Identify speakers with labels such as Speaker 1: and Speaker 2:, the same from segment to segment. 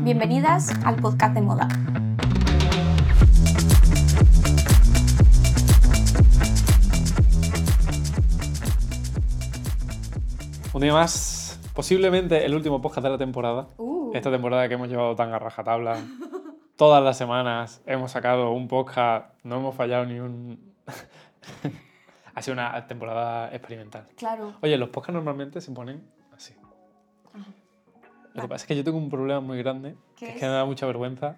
Speaker 1: Bienvenidas al podcast de moda.
Speaker 2: Un día más, posiblemente el último podcast de la temporada.
Speaker 1: Uh.
Speaker 2: Esta temporada que hemos llevado tan a rajatabla. Todas las semanas hemos sacado un podcast, no hemos fallado ni un... ha sido una temporada experimental.
Speaker 1: Claro.
Speaker 2: Oye, los podcasts normalmente se ponen así. Lo que pasa es que yo tengo un problema muy grande,
Speaker 1: ¿Qué
Speaker 2: que es
Speaker 1: es?
Speaker 2: que me da mucha vergüenza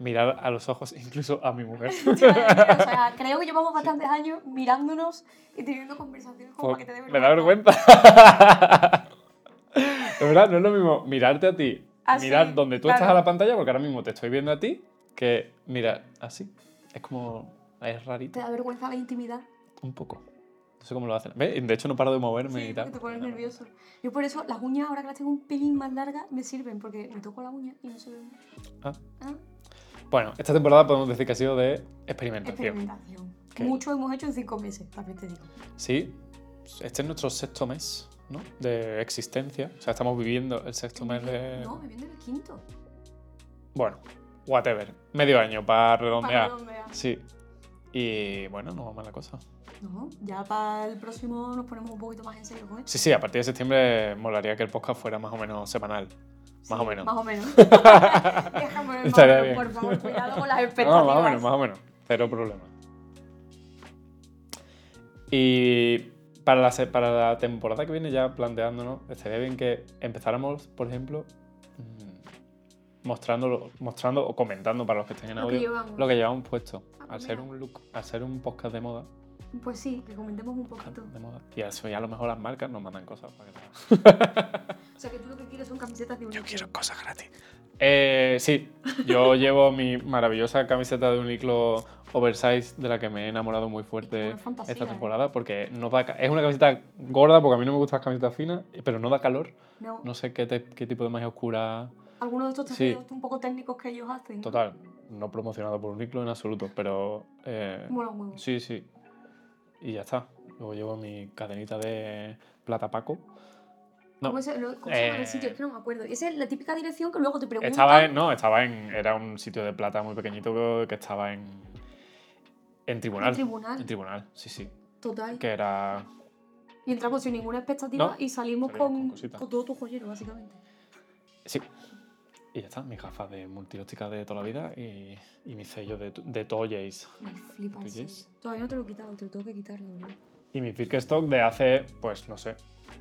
Speaker 2: mirar a los ojos, incluso a mi mujer.
Speaker 1: o sea, creo que llevamos bastantes años mirándonos y teniendo conversaciones como para que te dé
Speaker 2: me da vergüenza. De verdad, no es lo mismo mirarte a ti,
Speaker 1: Así,
Speaker 2: mirar donde tú
Speaker 1: Ah, claro.
Speaker 2: estás a la pantalla, porque ahora mismo te estoy viendo a ti, que mirar así. Es como. Es
Speaker 1: Te
Speaker 2: rarito.
Speaker 1: da vergüenza la intimidad.
Speaker 2: Un poco. No sé cómo lo hacen. Ve, De hecho, no paro de moverme
Speaker 1: Sí,
Speaker 2: y
Speaker 1: porque
Speaker 2: tal.
Speaker 1: te pones nervioso. Yo por eso las uñas, ahora que las tengo un pelín más largas, me sirven porque me toco la uña y no se ve mucho.
Speaker 2: Ah.
Speaker 1: Ah,
Speaker 2: Bueno, esta temporada podemos decir que ha sido de experimentación.
Speaker 1: Experimentación.
Speaker 2: ¿Qué?
Speaker 1: Mucho hemos hecho en cinco meses, también te digo.
Speaker 2: Sí, este es nuestro sexto mes ¿no? de existencia. O sea, estamos viviendo el sexto mes de.
Speaker 1: No, me viene el quinto.
Speaker 2: Bueno, whatever. Medio año para
Speaker 1: Para
Speaker 2: redondear.
Speaker 1: redondear.
Speaker 2: Sí. Y bueno, no va mal la cosa.
Speaker 1: No, ya para el próximo nos ponemos un poquito más en serio con esto.
Speaker 2: Sí, sí, a partir de septiembre molaría que el podcast fuera más o menos semanal. Más o menos.
Speaker 1: Más o menos. Déjame ver, más o
Speaker 2: Estaría
Speaker 1: menos,
Speaker 2: bien.
Speaker 1: por favor, cuidado con las
Speaker 2: No,
Speaker 1: expectativas.
Speaker 2: más o menos, más o menos. Cero problema. Y para la, se- para la temporada que viene ya planteándonos, estaría bien que empezáramos, por ejemplo, mm, mostrándolo- mostrando o comentando para los que estén en
Speaker 1: Lo que
Speaker 2: audio
Speaker 1: llevamos.
Speaker 2: lo que llevamos puesto.
Speaker 1: Ah,
Speaker 2: Al
Speaker 1: pues
Speaker 2: ser
Speaker 1: mira.
Speaker 2: un look, al ser un podcast de moda,
Speaker 1: Pues sí, que comentemos un poquito.
Speaker 2: de moda. Y eso ya a lo mejor las marcas nos mandan cosas para que
Speaker 1: O sea, que tú lo que quieres son camisetas de Uniqlo.
Speaker 2: cosas gratis. Eh, sí, yo llevo mi maravillosa camiseta de Uniqlo oversize de la que me he enamorado muy
Speaker 1: Es
Speaker 2: fuerte
Speaker 1: una fantasía,
Speaker 2: esta
Speaker 1: ¿eh?
Speaker 2: temporada porque no da ca- es una camiseta gorda porque a mí no me gustan las camisetas finas, pero no da calor.
Speaker 1: No.
Speaker 2: No sé qué, te- qué tipo de magia oscura.
Speaker 1: Algunos de estos
Speaker 2: Sí.
Speaker 1: tejidos un poco técnicos que ellos hacen. ¿no?
Speaker 2: Total, no promocionado por Uniqlo en absoluto, pero eh,
Speaker 1: Mola un huevo.
Speaker 2: sí, sí. Y ya está. Luego llevo mi cadenita de plata Paco. No.
Speaker 1: ¿Cómo, se, lo- cómo se llama el
Speaker 2: Eh,
Speaker 1: sitio? Es que no me acuerdo. Esa es la típica dirección que luego te preguntan.
Speaker 2: Estaba en, no, estaba en, era un sitio de plata muy pequeñito que estaba en, en tribunal.
Speaker 1: En tribunal.
Speaker 2: En tribunal, sí, sí.
Speaker 1: Total.
Speaker 2: Que era,
Speaker 1: Y entramos sin ninguna expectativa
Speaker 2: No.
Speaker 1: y salimos,
Speaker 2: Salimos con
Speaker 1: con,
Speaker 2: cositas.
Speaker 1: con todo tu joyero, básicamente.
Speaker 2: sí. Y ya está, mis gafas de multióptica de toda la vida y, y mi sello de, de Toyays.
Speaker 1: Me flipa
Speaker 2: ¿Tú
Speaker 1: el
Speaker 2: quieres?
Speaker 1: sello. Todavía no te lo he quitado, te lo tengo que quitar, la verdad.
Speaker 2: Y mi Birkenstock de hace, pues, no sé,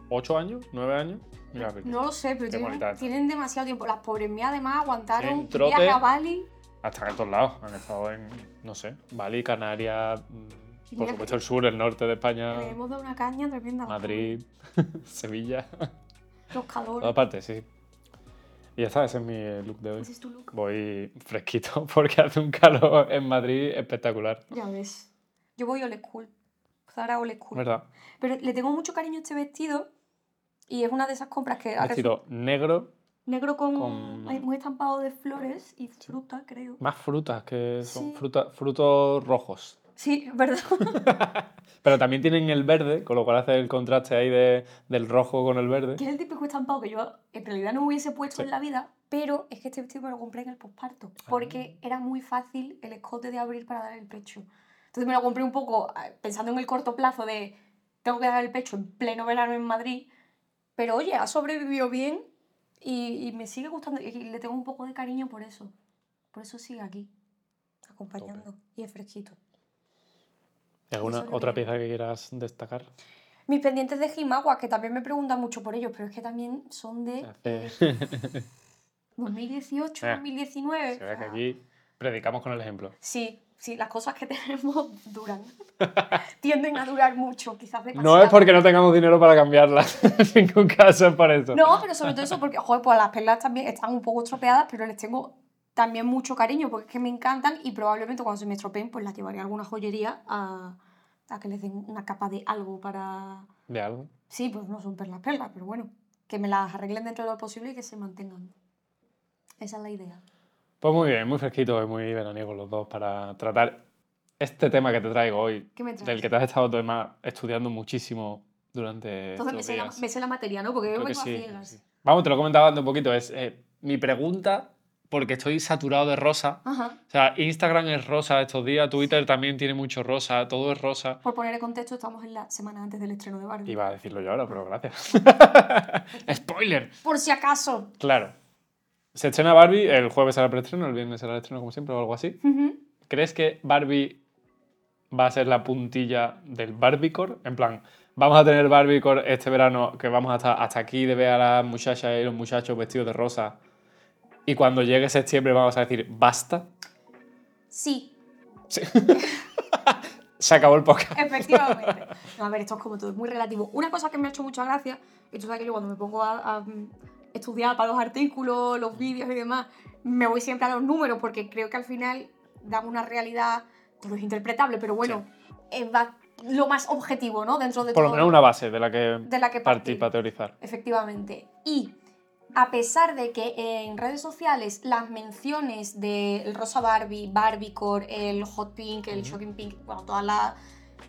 Speaker 2: ¿8 años? ¿9 años? Mira, Birkenstock.
Speaker 1: No lo sé, pero
Speaker 2: Pues Qué bonita.
Speaker 1: tienen, tienen demasiado tiempo. Las pobres mías además aguantaron
Speaker 2: Un
Speaker 1: un
Speaker 2: trote.
Speaker 1: viaje a Bali.
Speaker 2: Hasta en todos lados. Han estado en, no sé, Bali, Canarias, mm, por
Speaker 1: Mira,
Speaker 2: supuesto el sur, el norte de España,
Speaker 1: Le hemos dado una caña tremenda. a las
Speaker 2: Ah. Madrid, Sevilla.
Speaker 1: pobres. Los calores.
Speaker 2: Todas partes, sí. Y ya está, ese es mi look de hoy.
Speaker 1: Ese es tu look.
Speaker 2: Voy fresquito porque hace un calor en Madrid espectacular,
Speaker 1: Ya ves. Yo voy old school. Zara old school.
Speaker 2: ¿verdad?
Speaker 1: Pero le tengo mucho cariño a este vestido. Y es una de esas compras que ha
Speaker 2: Vestido negro,
Speaker 1: Negro con,
Speaker 2: Con-
Speaker 1: hay un estampado de flores y fruta, creo.
Speaker 2: más frutas que son
Speaker 1: Sí.
Speaker 2: fruta- frutos rojos.
Speaker 1: Sí, es verdad.
Speaker 2: Pero también tienen el verde, con lo cual hace el contraste ahí de- del rojo con el verde.
Speaker 1: que es el típico estampado que yo en realidad no me hubiese puesto
Speaker 2: Sí.
Speaker 1: en la vida, pero es que este vestido me lo compré en el posparto, porque era muy fácil el escote de abrir para dar el pecho. Entonces me lo compré un poco ah, pensando en el corto plazo de tengo que dar el pecho en pleno verano en Madrid, pero oye, ha sobrevivido bien y, y me sigue gustando y le tengo un poco de cariño por eso. Por eso sigue aquí, acompañando y es fresquito.
Speaker 2: ¿Alguna
Speaker 1: eso lo
Speaker 2: otra
Speaker 1: tiene.
Speaker 2: pieza que quieras destacar?
Speaker 1: Mis pendientes de Jimagua, que también me preguntan mucho por ellos, pero es que también son de
Speaker 2: Hace- Eh,
Speaker 1: 2018-2019.
Speaker 2: Se ve que aquí predicamos con el ejemplo.
Speaker 1: Sí, sí, las cosas que tenemos duran. Tienden a durar mucho, quizás de
Speaker 2: No es porque no tengamos dinero para cambiarlas, en ningún caso es por eso.
Speaker 1: No, pero sobre todo eso, porque, joder, pues las perlas también están un poco estropeadas, pero les tengo también mucho cariño, porque es que me encantan y probablemente cuando se me estropeen, pues las llevaré a alguna joyería a, a que les den una capa de algo para...
Speaker 2: De algo.
Speaker 1: Sí, pues no son perlas, perlas, pero bueno, que me las arreglen dentro de lo posible y que se mantengan. Esa es la idea.
Speaker 2: Pues muy bien, muy fresquito y muy veraniego los dos para tratar este tema que te traigo hoy,
Speaker 1: ¿Qué me
Speaker 2: del
Speaker 1: traes?
Speaker 2: que te has estado tú además estudiando muchísimo durante
Speaker 1: Entonces me
Speaker 2: estos
Speaker 1: sé, la,
Speaker 2: días.
Speaker 1: me sé la materia, ¿no? Porque yo
Speaker 2: Creo
Speaker 1: vengo
Speaker 2: que
Speaker 1: a
Speaker 2: sí,
Speaker 1: ciegas.
Speaker 2: sí. Vamos, te lo comentaba antes un poquito, es eh, mi pregunta porque estoy saturado de rosa.
Speaker 1: Ajá.
Speaker 2: O sea, Instagram es rosa estos días, Twitter también tiene mucho rosa, todo es rosa.
Speaker 1: Por poner en contexto, estamos en la semana antes del estreno de Barbie.
Speaker 2: Iba a decirlo yo ahora, pero gracias. ¡Spoiler!
Speaker 1: Por si acaso.
Speaker 2: Claro. Se estrena Barbie, el jueves será el preestreno, el viernes será el estreno, como siempre, o algo así.
Speaker 1: Ujú.
Speaker 2: ¿Crees que Barbie va a ser la puntilla del Barbiecore? En plan, vamos a tener Barbiecore este verano, que vamos hasta, hasta aquí de ver a las muchachas y los muchachos vestidos de rosa. Y cuando llegue septiembre vamos a decir, basta,
Speaker 1: Sí,
Speaker 2: se acabó el podcast.
Speaker 1: Efectivamente. No, a ver, esto es como todo, es muy relativo. Una cosa que me ha hecho mucha gracia, y tú sabes que yo cuando me pongo a, a, mm, estudiar para los artículos, los vídeos y demás, me voy siempre a los números porque creo que al final dan una realidad, todo es interpretable, pero bueno, es va lo más objetivo, ¿no? Dentro de
Speaker 2: Por lo
Speaker 1: todo
Speaker 2: menos una base de la que
Speaker 1: de la que partir.
Speaker 2: partir para teorizar.
Speaker 1: Efectivamente. Y a pesar de que en redes sociales las menciones del rosa Barbie, Barbiecore, el hot pink, el
Speaker 2: Ujú.
Speaker 1: shocking pink, bueno, todas la-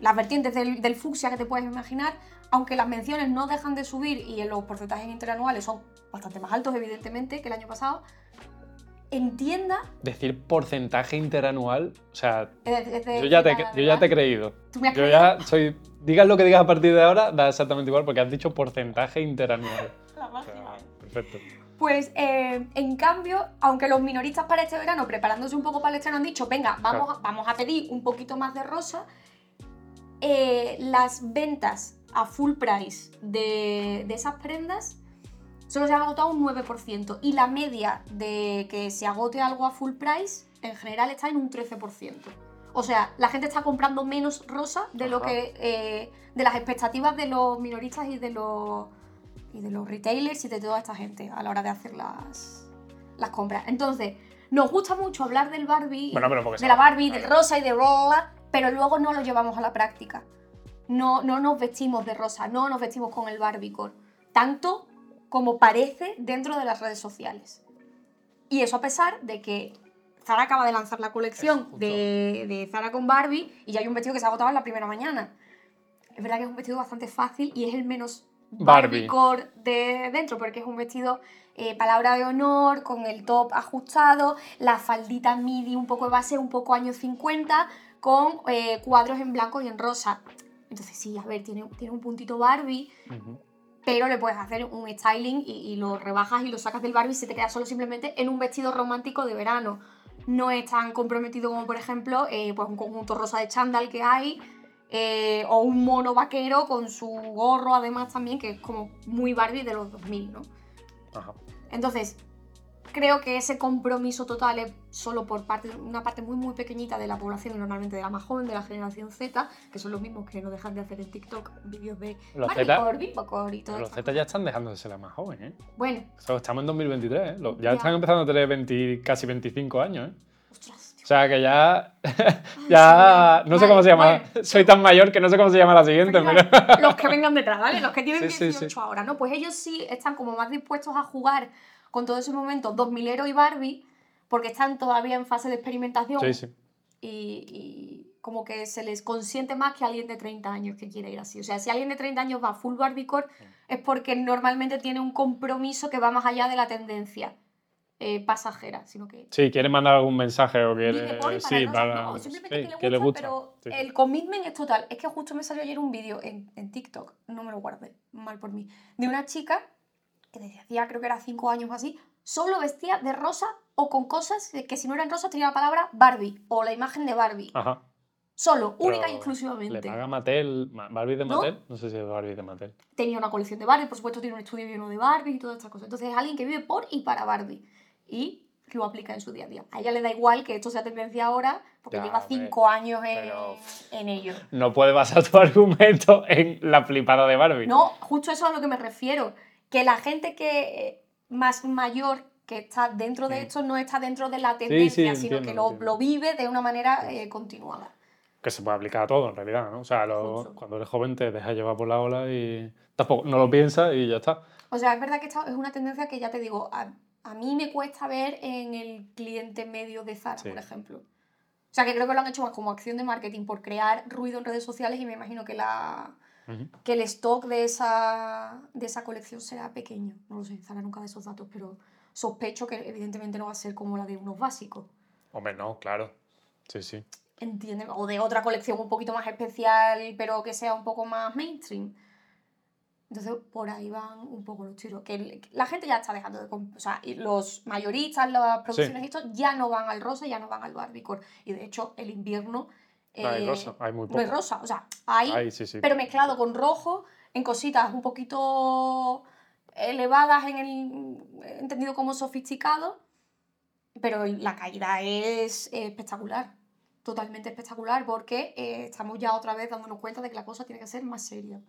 Speaker 1: las vertientes del, del fucsia que te puedes imaginar, aunque las menciones no dejan de subir y en los porcentajes interanuales son bastante más altos, evidentemente, que el año pasado, entienda.
Speaker 2: Decir porcentaje interanual, o sea,
Speaker 1: es de- es de-
Speaker 2: yo ya te,
Speaker 1: la-
Speaker 2: yo ya te he creído.
Speaker 1: Tú me has
Speaker 2: Yo
Speaker 1: creído.
Speaker 2: ya soy. Digas lo que digas a partir de ahora, da exactamente igual porque has dicho porcentaje interanual.
Speaker 1: La
Speaker 2: O sea,
Speaker 1: máxima.
Speaker 2: perfecto.
Speaker 1: Pues eh, en cambio, aunque los minoristas para este verano, preparándose un poco para el estreno, han dicho, venga, vamos, a, vamos a pedir un poquito más de rosa, eh, las ventas a full price de, de esas prendas solo se han agotado un 9% y la media de que se agote algo a full price en general está en un 13%. O sea, la gente está comprando menos rosa de lo
Speaker 2: Ajá.
Speaker 1: que eh, de las expectativas de los minoristas y de los y de los retailers y de toda esta gente a la hora de hacer las, las compras. Entonces, nos gusta mucho hablar del Barbie,
Speaker 2: Bueno, pero porque
Speaker 1: de la
Speaker 2: sabe.
Speaker 1: Barbie, del rosa y de bla, bla, bla, pero luego no lo llevamos a la práctica. No, no nos vestimos de rosa, no nos vestimos con el Barbiecore, tanto como parece dentro de las redes sociales. Y eso a pesar de que Zara acaba de lanzar la
Speaker 2: Es
Speaker 1: colección
Speaker 2: justo.
Speaker 1: de, de Zara con Barbie y ya hay un vestido que se ha agotado en la primera mañana. Es verdad que es un vestido bastante fácil y es el menos
Speaker 2: Barbie.
Speaker 1: Barbiecore de dentro, porque es un vestido eh, palabra de honor, con el top ajustado, la faldita midi un poco de base, un poco años 50, con eh, cuadros en blanco y en rosa. Entonces sí, a ver, tiene, tiene un puntito Barbie,
Speaker 2: Ujú.
Speaker 1: pero le puedes hacer un styling y, y lo rebajas y lo sacas del Barbie y se te queda solo simplemente en un vestido romántico de verano. No es tan comprometido como, por ejemplo, eh, pues un conjunto rosa de chándal que hay, eh, o un mono vaquero con su gorro, además también, que es como muy Barbie de los 2000, ¿no?
Speaker 2: Ajá.
Speaker 1: Entonces, creo que ese compromiso total es solo por parte, una parte muy, muy pequeñita de la población, y normalmente de la más joven, de la generación Z, que son los mismos que no dejan de hacer en TikTok vídeos de
Speaker 2: Los
Speaker 1: Barbie
Speaker 2: Z-
Speaker 1: core, Bimbo core y todo
Speaker 2: Los
Speaker 1: esto.
Speaker 2: Z ya están dejándose la más joven, ¿eh?
Speaker 1: Bueno,
Speaker 2: O sea, estamos en 2023, ¿eh? Lo- ya,
Speaker 1: Ya.
Speaker 2: están empezando a tener 20 casi 25 años, ¿eh?
Speaker 1: ostras, tío.
Speaker 2: O sea, que ya.
Speaker 1: Ay,
Speaker 2: ya.
Speaker 1: sí,
Speaker 2: No sé cómo se
Speaker 1: vale,
Speaker 2: llama. Soy tan mayor que no sé cómo se llama la siguiente,
Speaker 1: Pero
Speaker 2: pero.
Speaker 1: ya, Los que vengan detrás, ¿vale? Los que tienen
Speaker 2: Sí, sí,
Speaker 1: 18
Speaker 2: sí.
Speaker 1: ahora, ¿no? Pues ellos sí están como más dispuestos a jugar con todo ese momento 2000 y Barbie, porque están todavía en fase de experimentación
Speaker 2: Sí, sí.
Speaker 1: y, y como que se les consiente más que alguien de 30 años que quiere ir así. O sea, si alguien de 30 años va full barbicore es porque normalmente tiene un compromiso que va más allá de la tendencia eh, pasajera, sino que...
Speaker 2: Sí, quiere mandar algún mensaje o quiere.
Speaker 1: vive por y
Speaker 2: eh, sí,
Speaker 1: para
Speaker 2: para.
Speaker 1: no, no, simplemente
Speaker 2: sí,
Speaker 1: que le gusta, pero
Speaker 2: Sí.
Speaker 1: el commitment es total. Es que justo me salió ayer un vídeo en, en TikTok, no me lo guardé, mal por mí, de una chica que desde hacía creo que era 5 años o así, solo vestía de rosa o con cosas que si no eran rosas tenía la palabra Barbie o la imagen de Barbie.
Speaker 2: Ajá.
Speaker 1: Solo,
Speaker 2: Ah, Pero
Speaker 1: única y
Speaker 2: Le
Speaker 1: exclusivamente.
Speaker 2: paga Mattel. Ma- ¿Barbie de
Speaker 1: ¿No?
Speaker 2: Mattel? No, sé si es Barbie de Mattel.
Speaker 1: Tenía una colección de Barbie, por supuesto tiene un estudio lleno de Barbie y todas estas cosas. Entonces es alguien que vive por y para Barbie y lo aplica en su día a día. A ella le da igual que esto sea tendencia ahora porque
Speaker 2: Ya,
Speaker 1: lleva
Speaker 2: hombre,
Speaker 1: cinco años en,
Speaker 2: pero-
Speaker 1: en ello.
Speaker 2: No puede basar tu argumento en la flipada de Barbie.
Speaker 1: No, justo eso es a lo que me refiero. Que la gente que eh, más mayor que está dentro de
Speaker 2: Mm.
Speaker 1: esto no está dentro de la
Speaker 2: sí,
Speaker 1: tendencia, sino
Speaker 2: entiendo,
Speaker 1: que lo,
Speaker 2: entiendo.
Speaker 1: lo vive de una manera
Speaker 2: Sí.
Speaker 1: eh, continuada.
Speaker 2: que se puede aplicar a todo en realidad, ¿no? O sea, lo-
Speaker 1: Justo.
Speaker 2: cuando eres joven te dejas llevar por la ola y tampoco no lo piensas y ya está.
Speaker 1: O sea, es verdad que esta es una tendencia que ya te digo, a, a mí me cuesta ver en el cliente medio de Zara,
Speaker 2: Sí.
Speaker 1: por ejemplo. O sea, que creo que lo han hecho más como acción de marketing por crear ruido en redes sociales y me imagino que la
Speaker 2: Ujú.
Speaker 1: que el stock de esa, de esa colección será pequeño. No lo sé, Zara nunca de esos datos, pero sospecho que evidentemente no va a ser como la de unos básicos.
Speaker 2: Hombre, no, claro. Sí, sí.
Speaker 1: Eh, ¿Entiendes? O de otra colección un poquito más especial, pero que sea un poco más mainstream. Entonces, por ahí van un poco los tiros. Que el- que la gente ya está dejando de... comp- O sea, y los mayoristas, las producciones y esto, ya no van al rosa, ya no van al barbicore. Y de hecho, el invierno...
Speaker 2: No hay
Speaker 1: eh,
Speaker 2: rosa, hay muy
Speaker 1: no
Speaker 2: poco.
Speaker 1: es rosa. O sea, hay,
Speaker 2: Hay, sí, sí.
Speaker 1: pero mezclado con rojo, en cositas un poquito elevadas en el entendido como sofisticado, pero la caída es eh, espectacular, totalmente espectacular, porque eh, estamos ya otra vez dándonos cuenta de que la cosa tiene que ser más seria.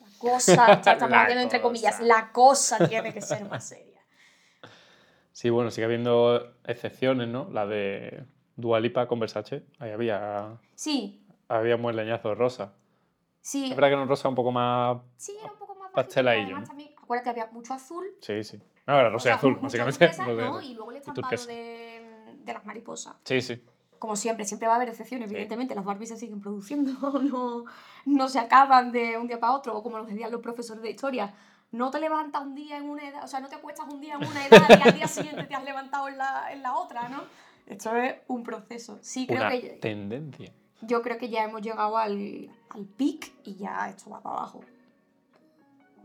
Speaker 1: La cosa, ya estamos
Speaker 2: La
Speaker 1: haciendo entre
Speaker 2: cosa.
Speaker 1: comillas, la cosa tiene que ser más seria.
Speaker 2: Sí, bueno, sigue habiendo excepciones, ¿no? La de Dualipa con Versace. Ahí había,
Speaker 1: Sí,
Speaker 2: había un buen leñazo rosa.
Speaker 1: sí,
Speaker 2: Es verdad que era un rosa un poco más.
Speaker 1: sí, era un poco más bajito,
Speaker 2: Pasteladillo,
Speaker 1: pero además
Speaker 2: ¿no?
Speaker 1: también, acuérdate, había mucho azul,
Speaker 2: Sí, sí. No, era rosa y
Speaker 1: sea,
Speaker 2: azul,
Speaker 1: mucha
Speaker 2: básicamente.
Speaker 1: turquesa,
Speaker 2: rosa y
Speaker 1: ¿no?
Speaker 2: azul.
Speaker 1: Y luego el
Speaker 2: Y
Speaker 1: estampado
Speaker 2: turquesa.
Speaker 1: de, de las mariposas.
Speaker 2: Sí, sí.
Speaker 1: Como siempre, siempre va a haber excepciones, evidentemente. Las Barbies se siguen produciendo, no, no se acaban de un día para otro. O como nos decían los profesores de historia, no te levantas un día en una edad, o sea, no te acuestas un día en una edad y al día siguiente te has levantado en la, en la otra, ¿no? Esto es un proceso. Sí, creo
Speaker 2: Una
Speaker 1: que
Speaker 2: tendencia.
Speaker 1: yo creo que ya hemos llegado al, al pic y ya esto va para abajo.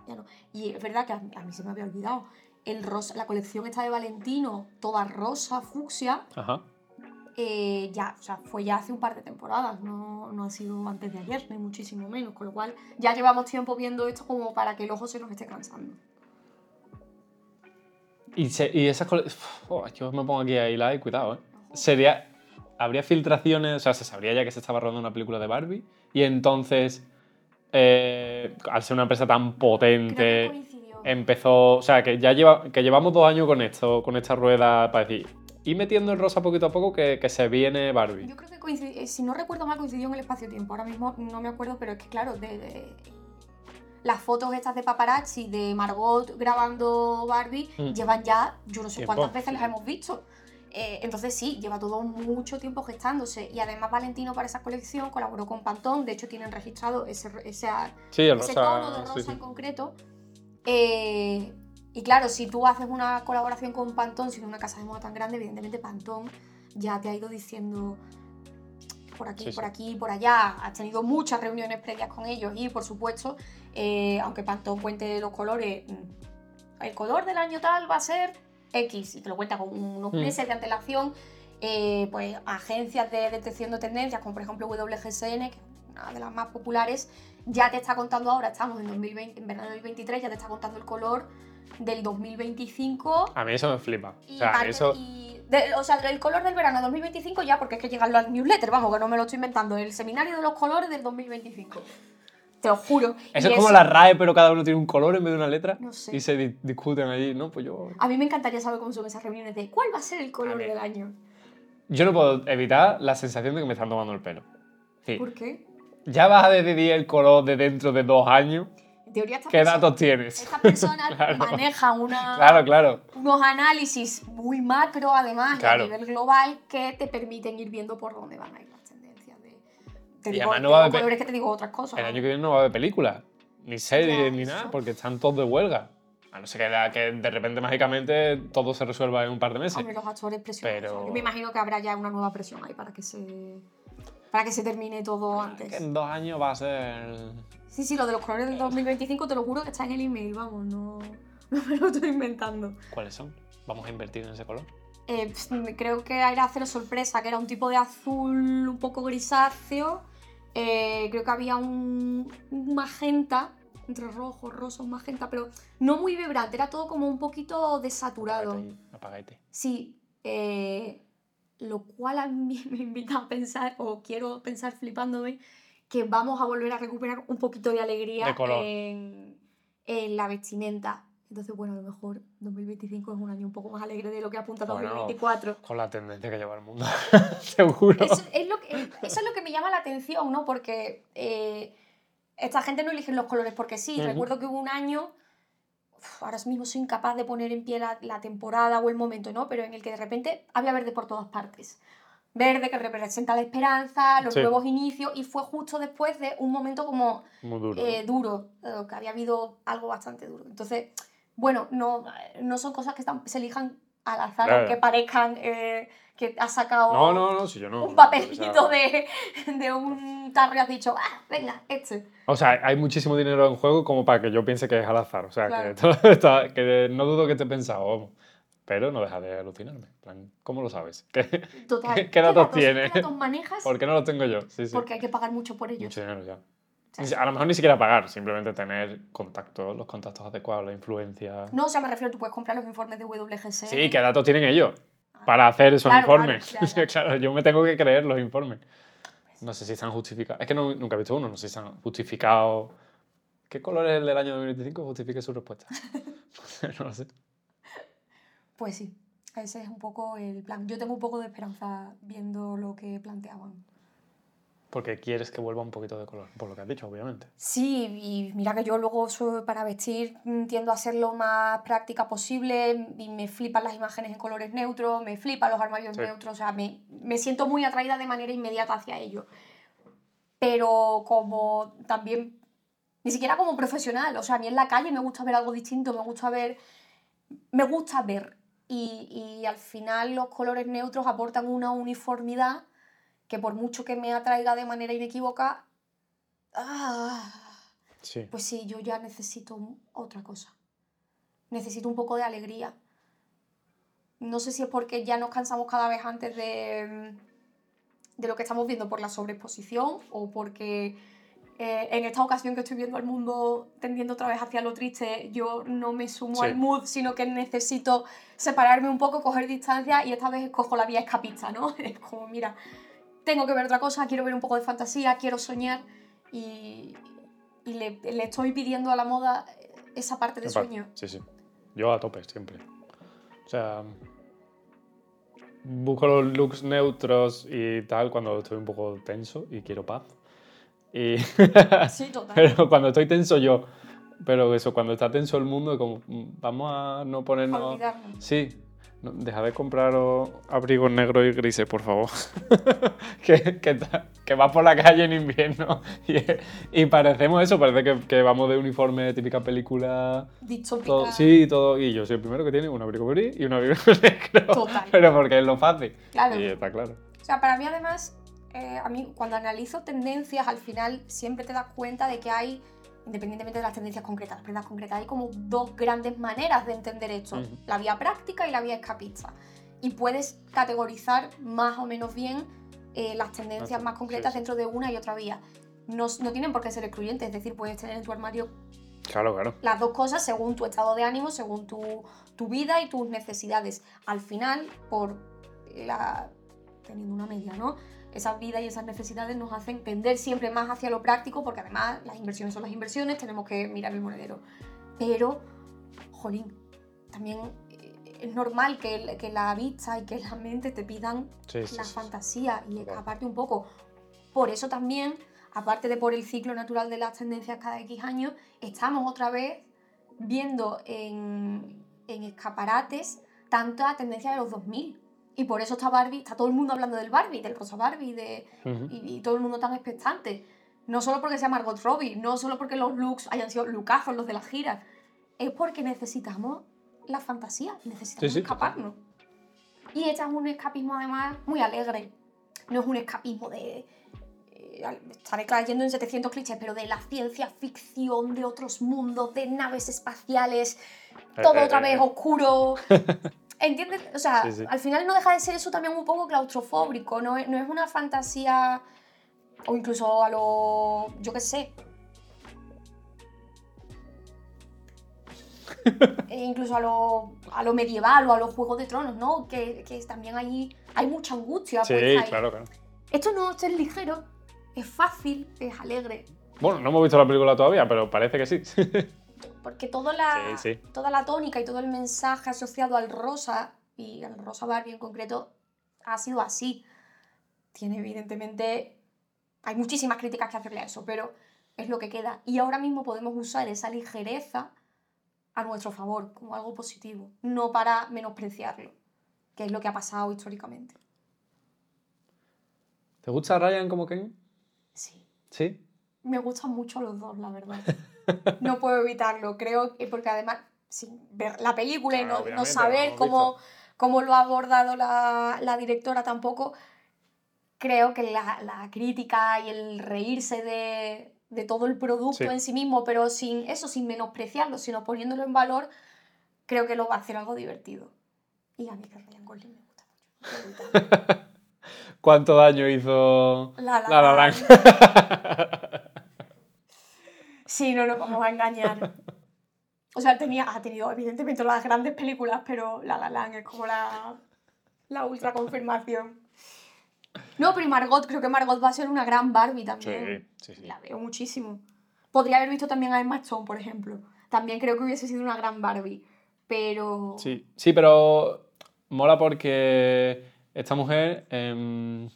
Speaker 1: Ya no. Y es verdad que a, mí- a mí se me había olvidado. El rosa, la colección esta de Valentino, toda rosa, fucsia,
Speaker 2: Ajá.
Speaker 1: eh, ya, o sea, fue ya hace un par de temporadas, no, no ha sido antes de ayer, ni muchísimo menos. Con lo cual, ya llevamos tiempo viendo esto como para que el ojo se nos esté cansando.
Speaker 2: Y, se- y esas cole- Uf, oh, yo me pongo aquí a hilar y cuidado, ¿eh? Sería. Habría filtraciones, o sea, se sabría ya que se estaba rodando una película de Barbie. Y entonces, eh, al ser una empresa
Speaker 1: Creo
Speaker 2: tan
Speaker 1: que
Speaker 2: potente,
Speaker 1: coincidió.
Speaker 2: empezó. O sea, que ya lleva, que llevamos dos años con esto, con esta rueda para decir. Y metiendo el rosa poquito a poco que, que se viene Barbie.
Speaker 1: Yo creo que coincidi- eh, si no recuerdo mal, coincidió en el espacio-tiempo. Ahora mismo no me acuerdo, pero es que claro, de, de- las fotos estas de paparazzi, de Margot grabando Barbie,
Speaker 2: Mm.
Speaker 1: llevan ya, yo no sé
Speaker 2: Tiempo.
Speaker 1: cuántas veces las hemos visto. Eh, entonces sí, lleva todo mucho tiempo gestándose. Y además Valentino para esa colección colaboró con Pantón, de hecho tienen registrado ese, esa-
Speaker 2: Sí, el
Speaker 1: ese
Speaker 2: rosa.
Speaker 1: tono de rosa
Speaker 2: sí, sí.
Speaker 1: en concreto. Eh, y claro, si tú haces una colaboración con Pantón, siendo una casa de moda tan grande, evidentemente Pantón ya te ha ido diciendo por aquí,
Speaker 2: Sí, sí.
Speaker 1: por aquí, por allá. Has tenido muchas reuniones previas con ellos y, por supuesto, eh, aunque Pantón cuente los colores, mm, el color del año tal va a ser X y te lo cuenta con unos
Speaker 2: Mm.
Speaker 1: meses de antelación, eh, pues agencias de detección de tendencias, como por ejemplo WGSN, que es una de las más populares, ya te está contando ahora, estamos en 2020, en verano del 2023, ya te está contando el color del 2025
Speaker 2: A mí eso me flipa.
Speaker 1: y
Speaker 2: o sea,
Speaker 1: parte-
Speaker 2: eso.
Speaker 1: y de- o sea, el color del verano 2025 ya, porque es que llegan los newsletters, vamos, que no me lo estoy inventando, el seminario de los colores del 2025. Te lo juro.
Speaker 2: Eso
Speaker 1: Y
Speaker 2: es como la RAE, pero cada uno tiene un color en vez de una letra.
Speaker 1: No sé.
Speaker 2: Y se di- discuten allí, ¿no? Pues yo.
Speaker 1: A mí me encantaría saber cómo son esas reuniones de cuál va a ser el color
Speaker 2: ver.
Speaker 1: del año.
Speaker 2: Yo no puedo evitar la sensación de que me están tomando el pelo. Sí.
Speaker 1: ¿Por qué?
Speaker 2: Ya vas a decidir el color de dentro de dos años.
Speaker 1: En teoría estas
Speaker 2: ¿Qué
Speaker 1: personas-
Speaker 2: datos tienes?
Speaker 1: estas personas
Speaker 2: Claro.
Speaker 1: manejan una,
Speaker 2: Claro, claro.
Speaker 1: unos análisis muy macro, además,
Speaker 2: Claro.
Speaker 1: a nivel global, que te permiten ir viendo por dónde van a ir las tendencias. De, te
Speaker 2: Y
Speaker 1: digo,
Speaker 2: además no
Speaker 1: te
Speaker 2: va a
Speaker 1: digo
Speaker 2: haber-
Speaker 1: colores que te digo otras cosas.
Speaker 2: El año
Speaker 1: ¿no?
Speaker 2: que viene no va a haber película, ni serie,
Speaker 1: Ya,
Speaker 2: ni nada,
Speaker 1: eso.
Speaker 2: porque están todos de huelga. A no ser que, la- que de repente, mágicamente, todo se resuelva en un par de meses.
Speaker 1: Hombre, los actores presionan.
Speaker 2: Pero-
Speaker 1: o sea, Yo me imagino que habrá ya una nueva presión ahí para que se, para que se termine todo antes.
Speaker 2: Que en dos años va a ser.
Speaker 1: Sí, sí, lo de los colores del 2025, te lo juro que está en el email, vamos, no, no me lo estoy inventando.
Speaker 2: ¿Cuáles son? Vamos a invertir en ese color.
Speaker 1: Eh, pf, me- creo que era cero sorpresa, que era un tipo de azul un poco grisáceo. Eh, creo que había un, un magenta, entre rojo, rosa, un magenta, pero no muy vibrante, era todo como un poquito desaturado.
Speaker 2: Apagate ahí, apagate.
Speaker 1: Sí, eh, lo cual a mí me invita a pensar, o quiero pensar flipándome, que vamos a volver a recuperar un poquito de alegría
Speaker 2: De color.
Speaker 1: En, en la vestimenta. Entonces, bueno, a lo mejor 2025 es un año un poco más alegre de lo que apunta
Speaker 2: Bueno.
Speaker 1: 2024.
Speaker 2: Con la tendencia que lleva el mundo. Seguro.
Speaker 1: Eso eh, es, lo que, eso es lo que me llama la atención, ¿no? Porque eh, esta gente no elige los colores porque sí.
Speaker 2: Ujú.
Speaker 1: Recuerdo que hubo un año, uf, ahora mismo soy incapaz de poner en pie la, la temporada o el momento, ¿no? Pero en el que de repente había verde por todas partes. Verde que representa la esperanza, los
Speaker 2: Sí.
Speaker 1: nuevos inicios, y fue justo después de un momento como
Speaker 2: Muy duro.
Speaker 1: eh, duro, eh, que había habido algo bastante duro. Entonces, Bueno, no, no son cosas que están- se elijan al azar,
Speaker 2: Claro.
Speaker 1: aunque parezcan eh, que has sacado
Speaker 2: No, no, no, si yo no.
Speaker 1: un
Speaker 2: no, o
Speaker 1: papelito
Speaker 2: sea-
Speaker 1: de, de un tarro y has dicho, ah, venga, este.
Speaker 2: O sea, hay muchísimo dinero en juego como para que yo piense que es al azar. O sea,
Speaker 1: Claro.
Speaker 2: que, todo está- que no dudo que te he pensado, vamos. Pero no deja de alucinarme. En plan, ¿Cómo lo sabes? ¿Qué-
Speaker 1: Total.
Speaker 2: ¿Qué datos tienes?
Speaker 1: ¿Qué datos manejas?
Speaker 2: ¿Por qué no lo tengo yo? Sí, sí.
Speaker 1: Porque hay que pagar mucho por ellos.
Speaker 2: Mucho dinero ya.
Speaker 1: sea,
Speaker 2: Ni si- A lo mejor ni siquiera pagar, simplemente tener contactos, los contactos adecuados, la influencia.
Speaker 1: No, o sea, me refiero, tú puedes comprar los informes de WGC.
Speaker 2: Sí, ¿qué datos tienen ellos para hacer esos
Speaker 1: Claro, claro,
Speaker 2: informes?
Speaker 1: claro, claro.
Speaker 2: Claro, yo me tengo que creer los informes. No sé si están justificados. Es que no- nunca he visto uno, no sé si están justificados. ¿Qué color es el del año 2025? Justifique su respuesta. no lo sé.
Speaker 1: Pues sí, ese es un poco el plan. Yo tengo un poco de esperanza viendo lo que planteaban.
Speaker 2: Porque quieres que vuelva un poquito de color, por lo que has dicho, obviamente.
Speaker 1: Sí, y mira que yo luego soy- para vestir mm, tiendo a ser lo más práctica posible y me flipan las imágenes en colores neutros, me flipan los armarios
Speaker 2: Sí.
Speaker 1: neutros, o sea, me, me siento muy atraída de manera inmediata hacia ello. Pero como también, ni siquiera como profesional, o sea, a mí en la calle me gusta ver algo distinto, me gusta ver, me gusta ver. Y, y al final los colores neutros aportan una uniformidad que por mucho que me atraiga de manera inequívoca, ah,
Speaker 2: Sí.
Speaker 1: pues sí, yo ya necesito un- otra cosa. Necesito un poco de alegría. No sé si es porque ya nos cansamos cada vez antes de, mm, de lo que estamos viendo por la sobreexposición o porque eh, en esta ocasión que estoy viendo al mundo tendiendo otra vez hacia lo triste, yo no me sumo
Speaker 2: Sí.
Speaker 1: al mood, sino que necesito separarme un poco, coger distancia y esta vez cojo la vía escapista, ¿no? Es como, mira, tengo que ver otra cosa, quiero ver un poco de fantasía, quiero soñar y, y le, le estoy pidiendo a la moda esa parte de
Speaker 2: Epa,
Speaker 1: sueño.
Speaker 2: Sí, sí. Yo a tope, siempre. O sea, busco los looks neutros y tal cuando estoy un poco tenso y quiero paz. Y
Speaker 1: Sí, total.
Speaker 2: pero cuando estoy tenso yo, pero eso, cuando está tenso el mundo, es como, mm, vamos a no ponernos...
Speaker 1: Olvidarnos.
Speaker 2: Sí, no, deja de compraros abrigos negros y grises, por favor. que, que, ta- que vas por la calle en invierno y, y parecemos eso, parece que, que vamos de uniforme, típica película...
Speaker 1: Distópica.
Speaker 2: Todo, sí, todo. Y yo soy el primero que tiene un abrigo gris y un abrigo negro.
Speaker 1: Total.
Speaker 2: Pero porque es lo fácil.
Speaker 1: Claro.
Speaker 2: Y está claro.
Speaker 1: O sea, para mí además, eh, a mí cuando analizo tendencias, al final siempre te das cuenta de que hay, independientemente de las tendencias concretas, las prendas concretas, hay como dos grandes maneras de entender esto,
Speaker 2: Ujú.
Speaker 1: la vía práctica y la vía escapista. Y puedes categorizar más o menos bien eh, las tendencias
Speaker 2: Eso,
Speaker 1: más
Speaker 2: sí,
Speaker 1: concretas
Speaker 2: sí.
Speaker 1: dentro de una y otra vía. No, s- no tienen por qué ser excluyentes, es decir, puedes tener en tu armario
Speaker 2: Claro, claro.
Speaker 1: las dos cosas según tu estado de ánimo, según tu, tu vida y tus necesidades. Al final, por la, teniendo una media, ¿no? Esas vidas y esas necesidades nos hacen tender siempre más hacia lo práctico, porque además las inversiones son las inversiones, tenemos que mirar el monedero. Pero, jolín, también eh, es normal que, el- que la vista y que la mente te pidan
Speaker 2: Sí, sí,
Speaker 1: la
Speaker 2: sí, sí.
Speaker 1: fantasía y
Speaker 2: Total.
Speaker 1: escaparte un poco. Por eso también, aparte de por el ciclo natural de las tendencias cada X años, estamos otra vez viendo en, en escaparates tanta tendencia de los 2000. Y por eso está Barbie, está todo el mundo hablando del Barbie, del rosa Barbie, de,
Speaker 2: Ujú.
Speaker 1: y, y todo el mundo tan expectante. No solo porque sea Margot Robbie, no solo porque los looks hayan sido lucazos los de la gira, es porque necesitamos la fantasía, necesitamos
Speaker 2: Sí, sí,
Speaker 1: escaparnos. Y este es un escapismo además muy alegre. No es un escapismo de... eh, al- estaré cayendo en 700 clichés, pero de la ciencia ficción, de otros mundos, de naves espaciales,
Speaker 2: Eh,
Speaker 1: todo
Speaker 2: eh,
Speaker 1: otra
Speaker 2: eh,
Speaker 1: vez
Speaker 2: eh.
Speaker 1: oscuro. ¿Entiendes? O sea,
Speaker 2: Sí, sí.
Speaker 1: al final no deja de ser eso también un poco claustrofóbico, no es, no es una fantasía o incluso a lo, yo qué sé. E incluso a lo, a lo medieval o a los Juegos de Tronos, ¿no? Que, que también hay, hay mucha angustia.
Speaker 2: Sí,
Speaker 1: puesta ahí.
Speaker 2: claro, claro.
Speaker 1: Esto no, esto es ligero, es fácil, es alegre.
Speaker 2: Bueno, no hemos visto la película todavía, pero parece que sí.
Speaker 1: Porque toda la,
Speaker 2: Sí, sí.
Speaker 1: toda la tónica y todo el mensaje asociado al rosa, y al rosa Barbie en concreto, ha sido así. Tiene evidentemente... Hay muchísimas críticas que hacerle a eso, pero es lo que queda. Y ahora mismo podemos usar esa ligereza a nuestro favor, como algo positivo, no para menospreciarlo, que es lo que ha pasado históricamente.
Speaker 2: ¿Te gusta Ryan como Ken?
Speaker 1: Sí.
Speaker 2: Sí.
Speaker 1: Me gustan mucho los dos, la verdad. No puedo evitarlo, creo, que- porque además sin ver la película
Speaker 2: Claro,
Speaker 1: y no- no,
Speaker 2: obviamente, lo
Speaker 1: saber
Speaker 2: hemos
Speaker 1: cómo, cómo lo ha abordado la, la directora tampoco, creo que la, la crítica y el reírse de, de todo el producto
Speaker 2: Sí.
Speaker 1: en sí mismo, pero sin eso, sin menospreciarlo, sino poniéndolo en valor, creo que lo va a hacer algo divertido. Y a mí que Ryan Gosling me gusta mucho. me gusta.
Speaker 2: ¿Cuánto daño hizo
Speaker 1: La,
Speaker 2: La La Land?
Speaker 1: Sí, no nos vamos a engañar. O sea, él tenía, ha tenido evidentemente las grandes películas, pero La La Land es como la, la ultra confirmación. No, pero y Margot, creo que Margot va a ser una gran Barbie también.
Speaker 2: sí, sí.
Speaker 1: La veo muchísimo. Podría haber visto también a Emma Stone, por ejemplo. También creo que hubiese sido una gran Barbie. Pero...
Speaker 2: Sí, sí, pero mola porque esta mujer, em,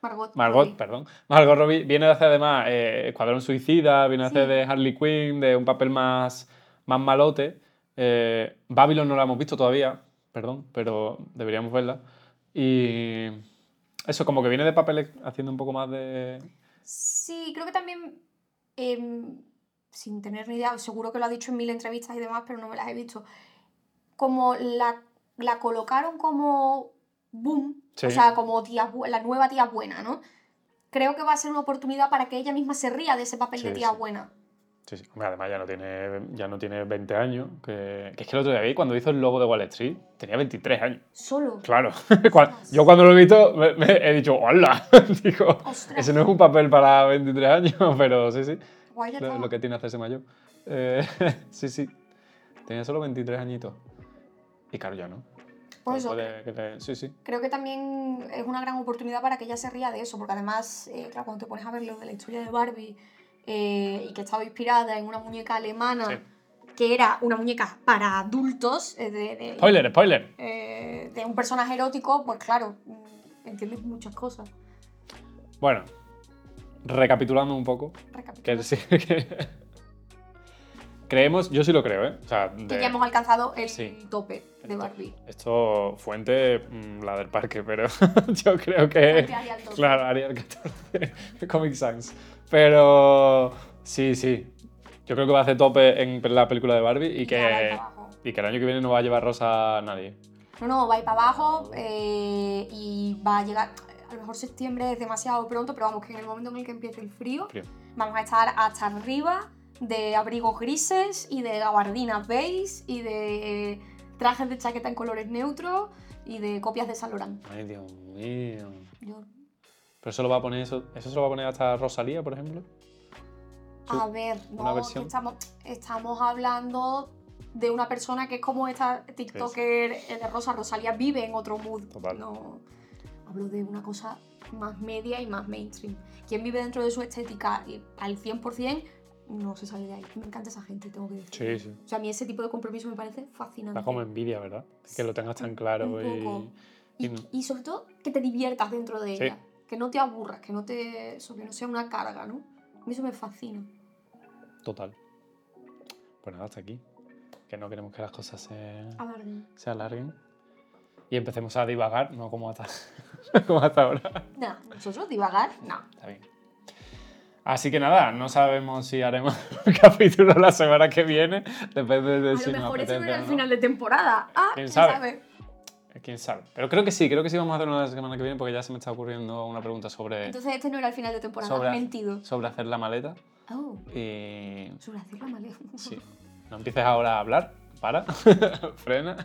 Speaker 1: Margot.
Speaker 2: Margot,
Speaker 1: Robbie.
Speaker 2: perdón, Margot Robbie, viene de hacer además eh, Escuadrón Suicida, viene a hacer
Speaker 1: Sí.
Speaker 2: de Harley Quinn, de un papel más, más malote. Eh, Babylon no la hemos visto todavía, perdón, pero deberíamos verla. Y eso, como que viene de papeles haciendo un poco más de...
Speaker 1: Sí, creo que también, em, sin tener ni idea, seguro que lo ha dicho en mil entrevistas y demás, pero no me las he visto, como la, la colocaron como boom, o
Speaker 2: Sí.
Speaker 1: sea, como tía, bu- la nueva tía buena, ¿no? Creo que va a ser una oportunidad para que ella misma se ría de ese papel de
Speaker 2: Sí,
Speaker 1: tía
Speaker 2: sí.
Speaker 1: buena.
Speaker 2: Sí, sí. Hombre, además ya no tiene, ya no tiene 20 años. Que, que es que el otro día vi cuando hizo el logo de Wall Street, tenía 23 años.
Speaker 1: Solo.
Speaker 2: Claro. Cuan- yo cuando lo he visto me- me he dicho, hola. Digo,
Speaker 1: Ostras.
Speaker 2: ese no es un papel para 23 años, pero sí, sí.
Speaker 1: Guay, ya
Speaker 2: Lo,
Speaker 1: está.
Speaker 2: lo que tiene hacerse mayor. Eh, sí, sí. Tenía solo 23 añitos. Y claro, ya no.
Speaker 1: Pues
Speaker 2: Pero
Speaker 1: eso,
Speaker 2: puede que te- sí, sí.
Speaker 1: creo que también es una gran oportunidad para que ella se ría de eso, porque además, eh, claro, cuando te pones a ver lo de la historia de Barbie eh, y que estaba inspirada en una muñeca alemana, que era una muñeca para adultos, eh, de, de-
Speaker 2: Spoiler, spoiler.
Speaker 1: eh, de un personaje erótico, pues claro, mm, entiendes muchas cosas.
Speaker 2: Bueno, recapitulando un poco.
Speaker 1: Recapitula.
Speaker 2: Que sí, que- Creemos, yo sí lo creo, ¿eh? O sea,
Speaker 1: Que
Speaker 2: de-
Speaker 1: ya hemos alcanzado el
Speaker 2: Sí.
Speaker 1: tope de Barbie.
Speaker 2: Esto, fuente, mm, la del parque, pero yo creo que...
Speaker 1: Fuente Arial 12.
Speaker 2: Eh, Claro, Arial 14, Comic Sans. Pero sí, sí. Yo creo que va a hacer tope en la película de Barbie y
Speaker 1: Ya, va y
Speaker 2: que,
Speaker 1: pa' abajo.
Speaker 2: y que el año que viene no va a llevar rosa a nadie.
Speaker 1: No, no, va a ir para abajo eh, y va a llegar. A lo mejor septiembre es demasiado pronto, pero vamos, que en el momento en el que empiece el frío,
Speaker 2: Frío.
Speaker 1: vamos a estar hasta arriba de abrigos grises y de gabardinas beige y de eh, trajes de chaqueta en colores neutros y de copias de San Laurent.
Speaker 2: Ay, Dios mío.
Speaker 1: Yo-
Speaker 2: Pero eso lo va a poner, eso, eso se lo va a poner hasta Rosalía, por ejemplo. Sí,
Speaker 1: a ver, no,
Speaker 2: una
Speaker 1: que
Speaker 2: versión.
Speaker 1: estamos, estamos hablando de una persona que es como esta TikToker eh, de Rosa Rosalía, vive en otro mood.
Speaker 2: Total.
Speaker 1: No, hablo de una cosa más media y más mainstream. Quien vive dentro de su estética y al 100% no se sale de ahí. Me encanta esa gente, tengo que decir.
Speaker 2: Sí, sí.
Speaker 1: O sea, a mí ese tipo de compromiso me parece fascinante.
Speaker 2: Da como envidia, ¿verdad? Que lo tengas tan claro
Speaker 1: Un poco. Y,
Speaker 2: y... y-
Speaker 1: y sobre todo que te diviertas dentro de
Speaker 2: Sí.
Speaker 1: ella. Que no te aburras, que no te. eso, que no sea una carga, ¿no? A mí eso me fascina.
Speaker 2: Total. Pues nada, hasta aquí. Que no queremos que las cosas se...
Speaker 1: A ver.
Speaker 2: se alarguen y empecemos a divagar, no como hasta, como hasta ahora.
Speaker 1: Nada, nosotros divagar, no.
Speaker 2: Está bien. Así que nada, no sabemos si haremos un capítulo la semana que viene. Depende de
Speaker 1: A
Speaker 2: si
Speaker 1: lo mejor
Speaker 2: nos
Speaker 1: ese
Speaker 2: apetece
Speaker 1: verá
Speaker 2: o
Speaker 1: el
Speaker 2: no.
Speaker 1: final de temporada. Ah,
Speaker 2: ¿Quién
Speaker 1: quién
Speaker 2: sabe?
Speaker 1: sabe.
Speaker 2: Quién sabe. Pero creo que sí, creo que sí vamos a hacer una la semana que viene porque ya se me está ocurriendo una pregunta sobre,
Speaker 1: Entonces este no era el final de temporada,
Speaker 2: Sobra.
Speaker 1: has mentido.
Speaker 2: sobre hacer la maleta.
Speaker 1: Oh,
Speaker 2: Y
Speaker 1: sobre hacer la maleta.
Speaker 2: sí, no empieces ahora a hablar. Para, frena.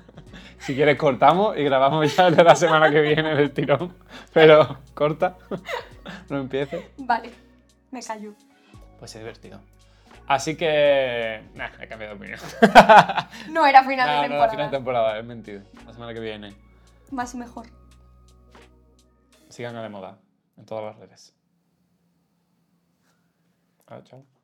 Speaker 2: Si quieres cortamos y grabamos ya el de la semana que viene del tirón. Pero corta, no empieces.
Speaker 1: Vale, me callo.
Speaker 2: Pues es divertido. Así que. Nah, he cambiado de opinión.
Speaker 1: No era final
Speaker 2: Nah,
Speaker 1: de
Speaker 2: no, la
Speaker 1: temporada.
Speaker 2: final de temporada, es mentira. La semana que viene.
Speaker 1: Más y mejor.
Speaker 2: Sigan a la moda en todas las redes. Ah, chao.